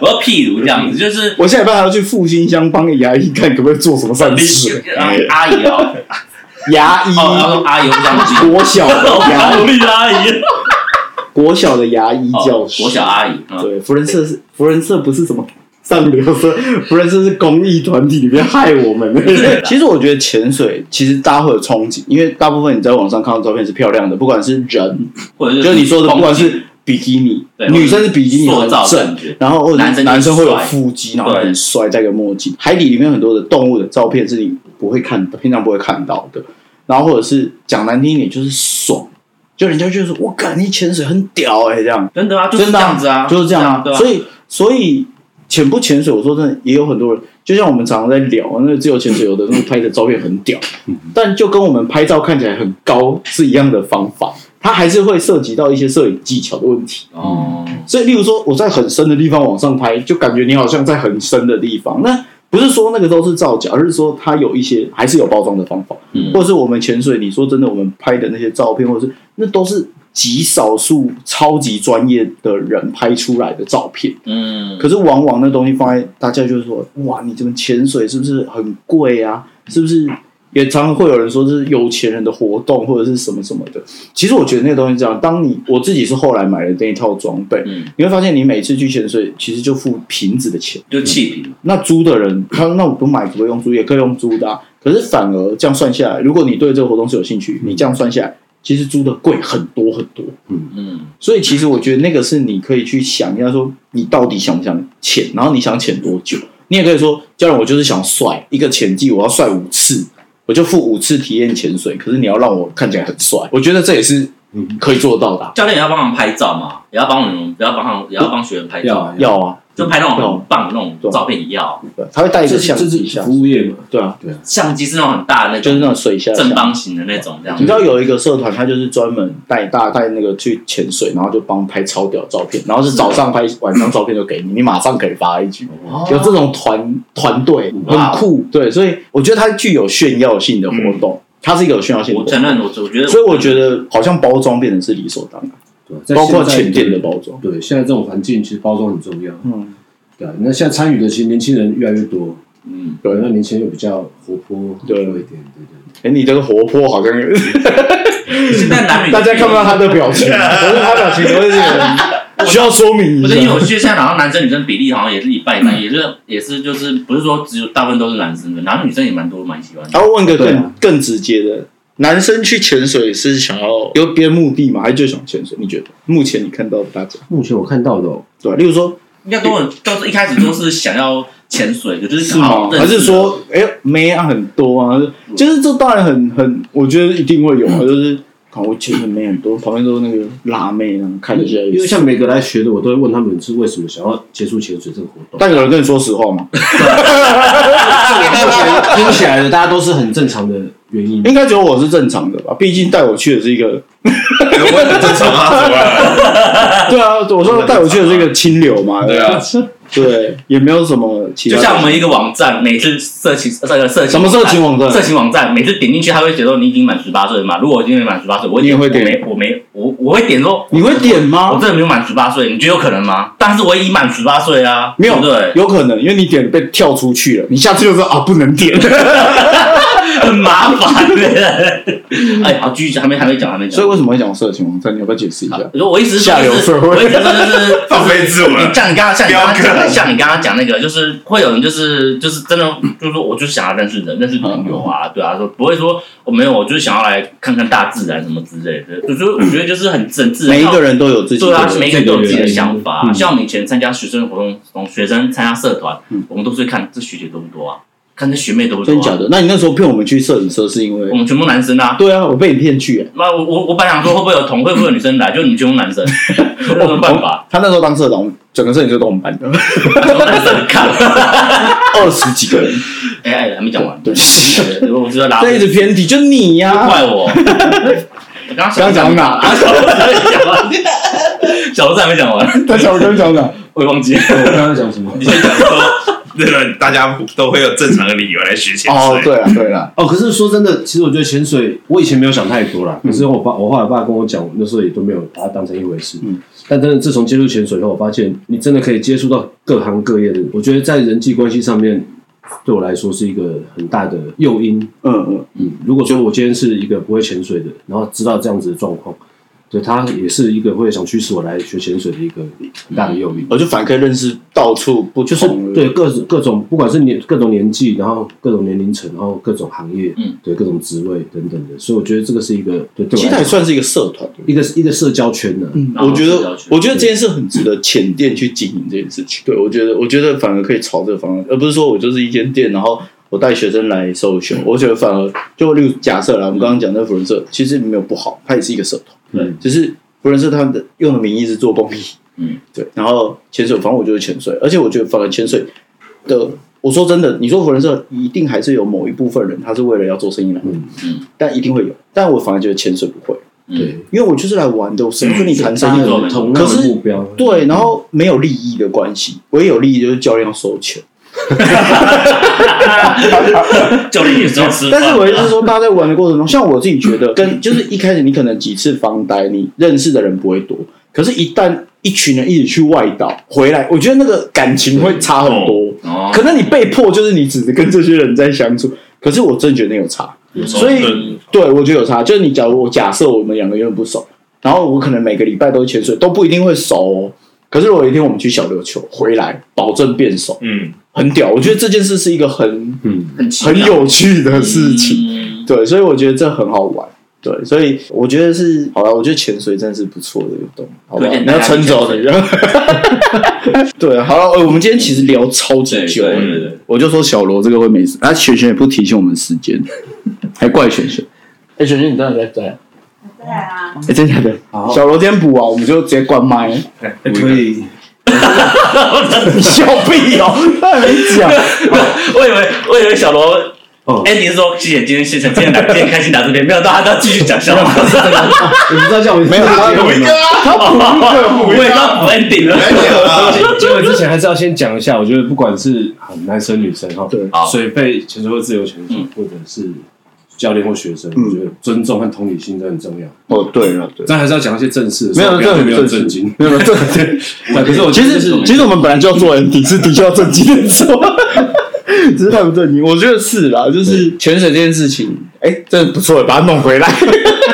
我要譬如这样子，就是我下礼拜还要去复兴乡帮牙医看可不可以做什么善事。阿姨哦，牙医，哦，然后阿姨我讲几， 国小哦的牙医，力阿姨，国小的牙医教师。我小阿姨，嗯对，福人社是福人社，不是什么上流社，福人社是公益团体里面害我们 的。其实我觉得潜水，其实大家会有憧憬，因为大部分你在网上看到照片是漂亮的，不管是人，或者就是你说的，不管风景是比基尼对，女生是比基尼塑很造正感觉，然后或者男生就是男生会有帅腹肌，然后对很帅，戴个墨镜。海底里面很多的动物的照片是你不会看，平常不会看到的。然后或者是讲难听一点，就是爽，就人家就说：“我感你潜水很屌哎、欸，这样。”真的啊，就是真这的样子啊，就是这样啊。对啊，所以，所以潜不潜水，我说真的，也有很多人，就像我们常常在聊，那个自由潜水，有的人拍的照片很屌，嗯但就跟我们拍照看起来很高是一样的方法，它还是会涉及到一些摄影技巧的问题。哦，所以，例如说我在很深的地方往上拍，就感觉你好像在很深的地方。那不是说那个都是造假，而是说它有一些还是有包装的方法，嗯或者是我们潜水，你说真的，我们拍的那些照片，或者是那都是极少数超级专业的人拍出来的照片。嗯，可是往往那东西放在大家就是说，哇，你这个潜水是不是很贵啊？是不是？也常常会有人说这是有钱人的活动或者是什么什么的。其实我觉得那个东西这样，当你我自己是后来买了那一套装备，嗯你会发现你每次去潜水其实就付瓶子的钱。就气瓶嘛，那租的人，他说那我不买可不可以用租？也可以用租的、啊。可是反而这样算下来，如果你对这个活动是有兴趣，你这样算下来，其实租的贵很多很多。嗯，所以其实我觉得那个是你可以去想一下，说你到底想不想潜，然后你想潜多久？你也可以说，教练，我就是想帅，一个潜季我要帅五次，我就付五次体验潜水。可是你要让我看起来很帅，我觉得这也是可以做到的啊、教练也要帮忙拍照嘛，也要帮我们，也要帮忙，也要帮学员拍要照，啊，要啊，就拍那种很棒的那种照片也要，对，他会带一这个是相这机是下，服务业嘛，对啊，相机是那种很大的那就是那种种水下相正方形的那种这样你子。知道有一个社团，他就是专门带大带那个去潜水，然后就帮拍超屌的照片，然后是早上拍，晚上照片就给你，你马上可以发一句。哦有这种团团队哇哦嗯很酷，对，所以我觉得它具有炫耀性的活动，它是一个有炫耀性的我活动承，认，我我觉得，所以我觉得好像包装变成是理所当然，对啊，在包括现在浅店的包装。对，现在这种环境其实包装很重要。嗯，对啊，那现在参与的其实年轻人越来越多，嗯，对，那年轻人又比较活泼多对一点，对对哎，你这个活 泼好像现在男女大家看不到他的表 情，可是他表情都会是很需要说明一不是因为我下。记得现在好像男生女生比例好像也是一半一半，也嗯是也是就是不是说只有大部分都是男生的，然后女生也蛮多蛮喜欢的。然后问个对更啊更直接的，男生去潜水是想要有别的目的吗？还是就想潜水？你觉得？目前你看到的大家，目前我看到的哦，对吧？例如说，应该都很都是一开始都是想要潜水的，就是是想吗要？认识嗯还是说，哎、妹啊很多啊？就是这当然很很，我觉得一定会有啊。就是，看我前面妹很多，旁边都是那个辣妹，然后看得下嗯因为像每个来学的，我都会问他们是为什么想要接触潜水这个活动。但有人跟你说实话吗？嗯听起来的大家都是很正常的原因，应该觉得我是正常的吧？毕竟带我去的是一个，哎我也很正常啊，怎么了？ 对啊，我说带我去的是一个清流嘛，对 啊，对，也没有什么其嗯他就的。像我们一个网站，每次呃色情这个色情什么色情网站色情网站，每次点进去，他会写说你已经满十八岁了嘛？如果我今天满十八岁，我你也会点点我没我没我我会点说，你会点我吗？真的没有满十八岁，你觉得有可能吗？但是我已满十八岁啊，没有对不对，有可能，因为你点被跳出去了，你下次就说啊不能 点。很麻烦的。 哎，好，继续讲，还没还没讲，还没讲。所以为什么会讲色情网站？你要不要解释一下？我说我意思是说啊下流就是社会我意思是说就是放飞自我你了，像你刚刚像你刚刚彪讲哥像你刚刚讲那个，就是会有人就是就是真的就是说我就是想要认识人，认识朋友啊，对啊，说不会说我没有，我就是想要来看看大自然什么之类的。我觉得我觉得就是很正自然，每一个人都有自嗯己对啊的，每一个人都有自己的想自己的原法。啊因像我们以前参加学生活动，从学生参加社团，我们都是看这学姐多不多啊，看这学妹多不多嗯真啊，假的？那你那时候骗我们去摄影社是因我为？们全部男生啊。对啊，我被你骗去、欸。那我我我本来想说会不会有同会不会有女生来，就你们全部 男生，没有办法，他那时候当社长，整个摄影社都我 们班的，全部男生看。二十几 个人。哎哎，还没讲完。对不起，对我知道拉这一直偏题，就你呀、不怪我。我刚刚刚讲哪刚小罗还没讲完，小罗还没讲完，他想 跟讲哪？我也忘记了。我刚刚讲什么？你先讲说，对了，大家都会有正常的理由来学潜哦，水。对了对了，哦，可是说真的，其实我觉得潜水，我以前没有想太多啦。可是我爸，我后来爸跟我讲，我那时候也都没有把它当成一回事。嗯但真的自从接触潜水以后，我发现你真的可以接触到各行各业的人。我觉得在人际关系上面，对我来说是一个很大的诱因。嗯嗯，嗯，如果说我今天是一个不会潜水的，然后知道这样子的状况，对他也是一个会想驱使我来学潜水的一个很大的诱因。我就反可以认识到处不就是同的对各种各种，不管是年各种年纪，然后各种年龄层，然后各种行业，嗯，对各种职位等等的，所以我觉得这个是一个对对其我实它来也说算是一个社团。一个一个社交圈啊呢、然后我觉社交得圈，我觉得这件事很值得浅店去经营这件事情。对，我觉得，我觉得反而可以朝这个方向，而不是说我就是一间店，然后我带学生来搜寻。嗯我觉得反而就例如假设啦，我们刚刚讲的福人社，其实没有不好，它也是一个社团。嗯，只是福人社他们的用的名义是做公益。嗯， 对。然后潜水，反正我就是潜水，而且我觉得反而潜水的，我说真的，你说福人社一定还是有某一部分人，他是为了要做生意来的，嗯嗯但一定会有。但我反而觉得潜水不会。对，因为我就是来玩的，我谁跟你谈生 大意家的？有同样的目标，啊嗯对，然后没有利益的关系，唯一有利益就是教练要收钱。教练也是要吃饭但的啊，是我意思是说，大家在玩的过程中，像我自己觉得，跟就是一开始你可能几次方呆，你认识的人不会多，可是，一旦一群人一起去外岛回来，我觉得那个感情会差很多。哦可能你被迫就是你只是跟这些人在相处，可是我真觉得有差。所以嗯对，我觉得有差。就是你假如我假设我们两个永远不熟，然后我可能每个礼拜都潜水，都不一定会熟、哦。可是如果有一天我们去小琉球回来，保证变熟，嗯，很屌。我觉得这件事是一个很嗯，很奇妙很有趣的事情，嗯对，所以我觉得这很好玩。对，所以我觉得是好了。我觉得潜水真的是不错的运动，好吧？推荐你大要家撑去着潜你。 对，好了、呃我们今天其实聊超级对久对了，对嗯对我就说小罗这个会没事，啊，璇璇也不提醒我们时间， 还怪璇璇。哎、璇璇，你真的在在啊？对啊，哎、真的假的？好小罗今天补啊，我们就直接关麦。可以，你 笑屁哦，他还没讲。我以为我以为小罗哦，哎，你是说谢谢今天谢谢今天来今天开心来这边，没有到他要继续讲笑话，你不知道叫我 没有他有一个他补一个补我一也个，到 ending 了。结尾之前还是要先讲一下，我觉得不管是啊男生女生哈，对好水费、潜水或自由潜水嗯，或者是教练或学生，我觉得尊重和同理心都很重要。哦，对了，对，但还是要讲一些正事的没时候，有不要这没有很震正惊 经。，没有这很正对，可是我其觉得实其实我们本来就要做 ending，是的确要正经的做，只是太不正经。我觉得是啦，就是潜水这件事情，哎，真的不错，把它弄回来。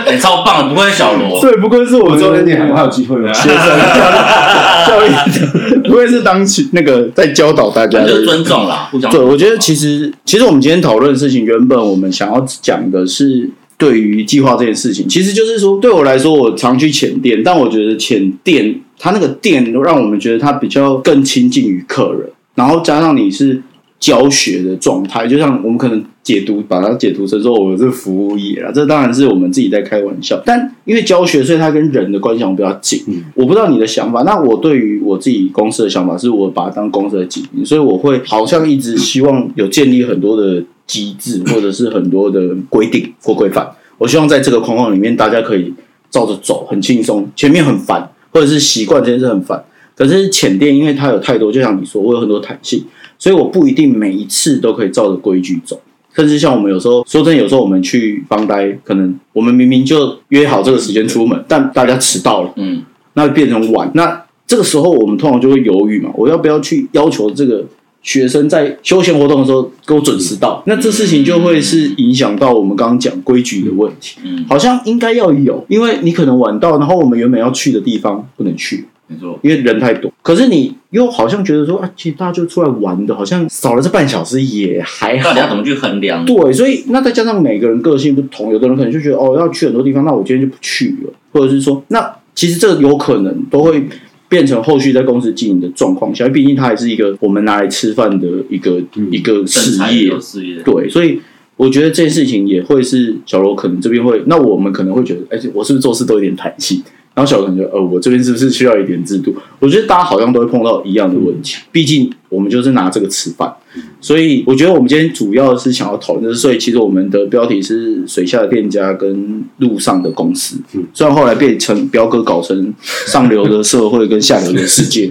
哎，超棒的，不愧是小罗，对，不愧是我我们周 Andy 还还有机会吗？学生教育的，不愧是当起那个在教导大家反正就是的。尊重啦，互相对，尊重我觉得其实其实我们今天讨论的事情，原本我们想要讲的是对于计划这件事情，其实就是说，对我来说，我常去浅店，但我觉得浅店它那个店让我们觉得它比较更亲近于客人，然后加上你是。教学的状态，就像我们可能解读，把它解读成说我是服务业啦，这当然是我们自己在开玩笑。但因为教学，所以它跟人的关系好像比较紧。我不知道你的想法，那我对于我自己公司的想法是我把它当公司的经营，所以我会好像一直希望有建立很多的机制，或者是很多的规定或规范。我希望在这个框框里面，大家可以照着走，很轻松。前面很烦，或者是习惯这件事很烦，可是浅店因为它有太多，就像你说，我有很多弹性，所以我不一定每一次都可以照着规矩走。甚至像我们有时候说真的，有时候我们去邦呆，可能我们明明就约好这个时间出门，但大家迟到了。嗯，那变成晚。那这个时候我们通常就会犹豫嘛，我要不要去要求这个学生在休闲活动的时候给我准时到？那这事情就会是影响到我们刚刚讲规矩的问题。嗯好像应该要有，因为你可能晚到，然后我们原本要去的地方不能去，没错，因为人太多。可是你又好像觉得说啊，其实大家就出来玩的，好像少了这半小时也还好到底。要怎么去衡量？对，所以那再加上每个人个性不同，有的人可能就觉得哦，要去很多地方，那我今天就不去了，或者是说，那其实这有可能都会变成后续在公司经营的状况下，因为毕竟它还是一个我们拿来吃饭的一个、嗯一个身事材也业有，事业，对，所以我觉得这件事情也会是小罗可能这边会，那我们可能会觉得，哎、我是不是做事都有点弹性？然后小罗可能觉得，呃，我这边是不是需要一点制度？我觉得大家好像都会碰到一样的问题，毕竟我们就是拿这个吃饭，所以我觉得我们今天主要是想要讨论的是，所以其实我们的标题是水下的店家跟路上的公司，虽然后来变成彪哥搞成上流的社会跟下流的世 界。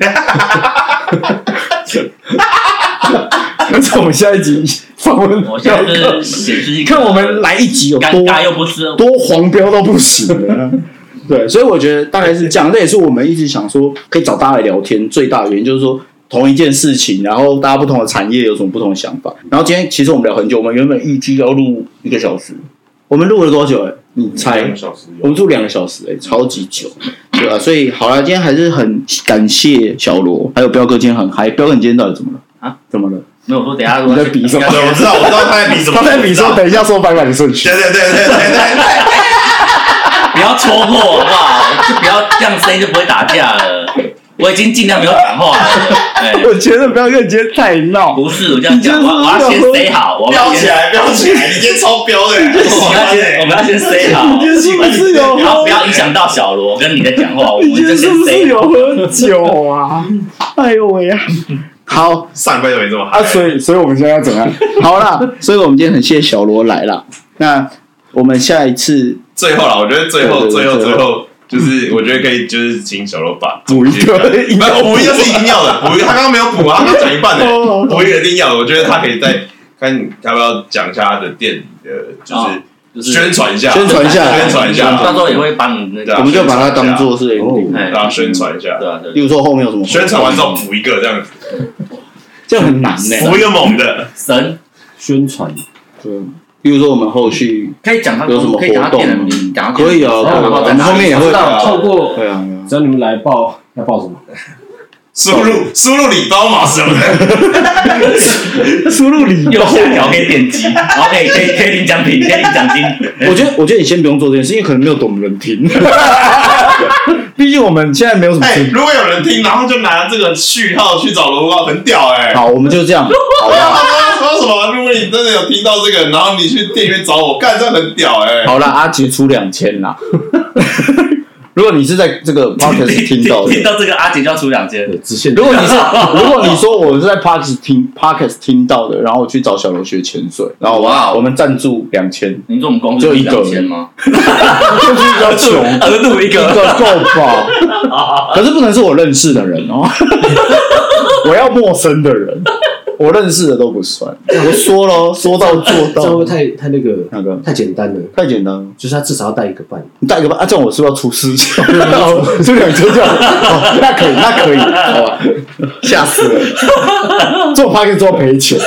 但是我们下一集访问我现在彪哥就是显示一你个看我们来一集有多尴尬又不是多黄标到不行了。对，所以我觉得大概是这样，这也是我们一直想说可以找大家来聊天最大的原因，就是说同一件事情，然后大家不同的产业有什么不同的想法。然后今天其实我们聊很久，我们原本预计要录一个小时，我们录了多久、欸？你猜两个？小时有我们录两个小时、欸，超级久，对啊，所以好了，今天还是很感谢小罗，还有彪哥今天很嗨。彪哥，你今天到底怎么了？啊？怎么了？没有我说等一下如你果在比什么对，我知道，我知道他在比什么， 他在比说，对等一下说拜拜的顺 序。对对对对对。不要戳破好不好？就不要这样声音就不会打架了。我已经尽量没有讲 话了。哎，我觉得彪哥你今天太闹，不是，我这样讲，我我要先 say 好，我飙要起先，来，飙起来！你今天超 飙我的，们要先，我们要先 say 好，你是不是有然后喝不？要影响到小罗跟你的讲话，我们你就是先不是 say 好。有喝酒啊？ 哎呦喂呀！好上半就没这么啊，嗨。所以所以我们现在要怎样？好啦，所以我们今天很谢谢小罗来啦。那我们下一次最后啦，我觉得最后，对对对最后，最最后后，就是我觉得可以，就是请小罗把补一个 没有补一个是一定要 的，补一个他刚刚没有补啊，他刚讲一半哦的，补一个一定要的。我觉得他可以再看你要不要讲一下他的店里的，哦就就是是宣传一下，宣传一下宣传一下，到时候也会帮你那对个啊我们就把它当做是 ending，哦哎大家宣传一下对，啊，对啊例如说后面有什么宣传完之后补一个这样子，这样很难呢、补一个猛的，神宣传对，嗯例如说我们后续可以讲他有什么可以讲他活动店的名字，讲他店的可哦以啊，名字可以然后啊我再们后面也会知道透 过对啊，对啊只要你们来报，要报什么？输入输入礼包 码什么的，输入礼右下角可以点击，然后可以可以可以领奖品，可以领奖金。我觉得，我觉得你先不用做这件事，因为可能没有多少人 听。毕竟我们现在没有什么哎声，音。如果有人听，然后就拿这个序号去找罗高，很屌哎。好，我们就这样，好不对啊，好？他说说什么？如果你真的有听到这个，然后你去店里面找我，干这样很屌哎、好了，阿吉出两千 啦。如果你是在这个 podcast 听到的，听到这个阿杰就要出两千，对，直线如果你是 如果你说我是在 podcast 听 podcast 听到的，然后我去找小罗学潜水，然后我哇哦我们赞助两千， 你说我们公司只有一个两千吗？就是比较穷，额度一一个个，够饱， 可是不能是我认识的人哦，我要陌生的人。我认识的都不算。我说咯，说到做这样会到，太太那个哪个太简单了，太简单了。就是他至少要带一个伴。你带一个吧，啊，这样我是不是要出事情？这两车这样，哦那可以，那可以，好吧，吓死人！这种 p a c k 做赔钱，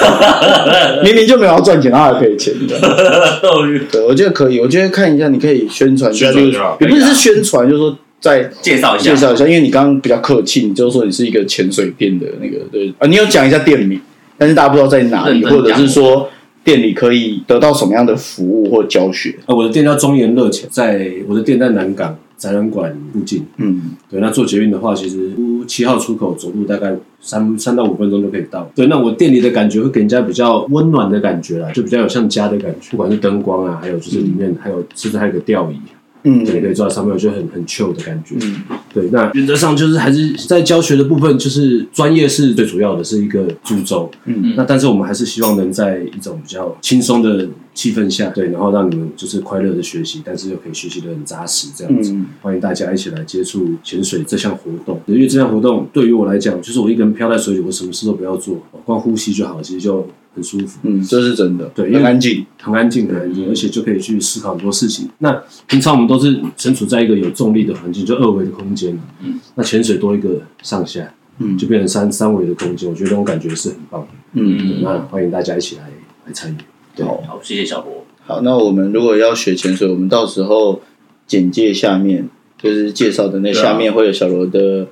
明明就没有要赚钱，他还赔钱的。斗鱼对，我觉得可以，我觉得看一下，你可以宣传一下，宣就是传就好也不是宣传，就是说在介绍一下介，绍一下，因为你刚刚比较客气，你就是说你是一个潜水店的那个，对啊，你有讲一下店名，但是大家不知道在哪里，认真或者讲是说店里可以得到什么样的服务或教学，啊，我的店叫中原热情，在我的店在南港展览馆附近。嗯，对，那坐捷运的话，其实七号出口走路大概三三到五分钟就可以到。对，那我店里的感觉会给人家比较温暖的感觉啦，就比较有像家的感觉，不管是灯光啊，还有就是里面还有甚至还有个吊椅，嗯对，可以坐在上面，我觉得很很 chill 的感觉。嗯对，那原则上就是还是在教学的部分，就是专业是最主要的，是一个主轴。嗯那但是我们还是希望能在一种比较轻松的气氛下，对，然后让你们就是快乐的学习，但是又可以学习的很扎实，这样子。嗯欢迎大家一起来接触潜水这项活动，因为这项活动对于我来讲，就是我一个人漂在水里，我什么事都不要做，光呼吸就好，其实就很舒服。嗯，这是真的，对因为很安静。很安静，很安静，而且就可以去思考很多事情。那平常我们都是身处在一个有重力的环境，就二维的空间。嗯，那潜水多一个上下，嗯就变成三三维的空间。我觉得那种感觉是很棒的。嗯，对那欢迎大家一起来来参与。对，好好，谢谢小博，好，那我们如果要学潜水，我们到时候简介下面就是介绍的那对啊下面会有小罗的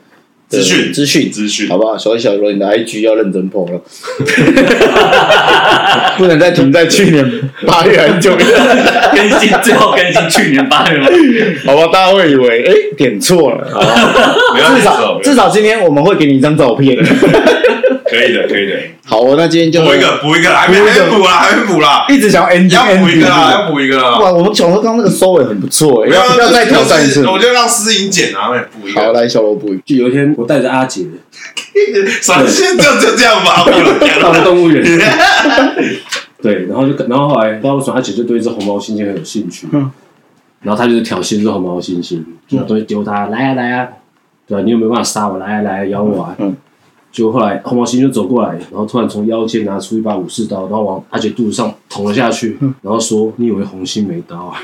的资讯资讯资讯好不好？所以小罗你的 IG 要认真 PO 了， 不能再停在去年八月很久，更新最后更新去年八 月吗？好吧？大家会以为哎、诶点错了，好吧？没有至少至少今天我们会给你一张照 片。可以的，可以的，好，那今天就补一个，补一个，还没补一还个没补啦，还没补 啦，一直想要 ending 要补一个啦， ending，要补一个不啦，然我们小罗刚刚那个收尾很不错、诶没有啊要要再挑战一次。我就让思颖剪啊，补一好， 个。来小萝卜，就有一天我带着阿杰闪现就就这样吧，不 能讲到了了动物园，对，然后就然后后来不知道为什么阿杰就对一只红毛猩猩很有兴趣，嗯然后他就是挑衅这红毛猩猩，就拿东西丢他，来呀、来呀、对吧、你有没有办法杀我？来呀、来呀、咬我啊！嗯嗯就后来红毛猩猩就走过来，然后突然从腰间拿出一把武士刀，然后往阿杰肚子上捅了下去，嗯然后说：“你以为红心没刀啊？”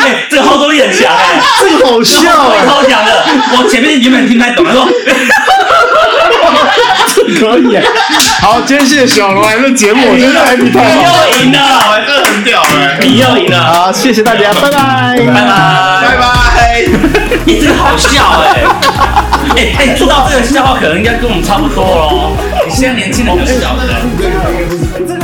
哎，这个后坐力很强哎，这个好笑后坐啊力！超强的，我前面原本听不太懂，他 说可以。好，今天谢谢小龙来录节目，我觉得还比太你好。要赢了，这很屌 哎，你要赢了，好，谢谢大家，拜拜，拜。拜拜。拜。你这个好笑 哎、哎哎，哦做到这个笑话，可能应该跟我们差不多喽。你现在年轻人很小的。这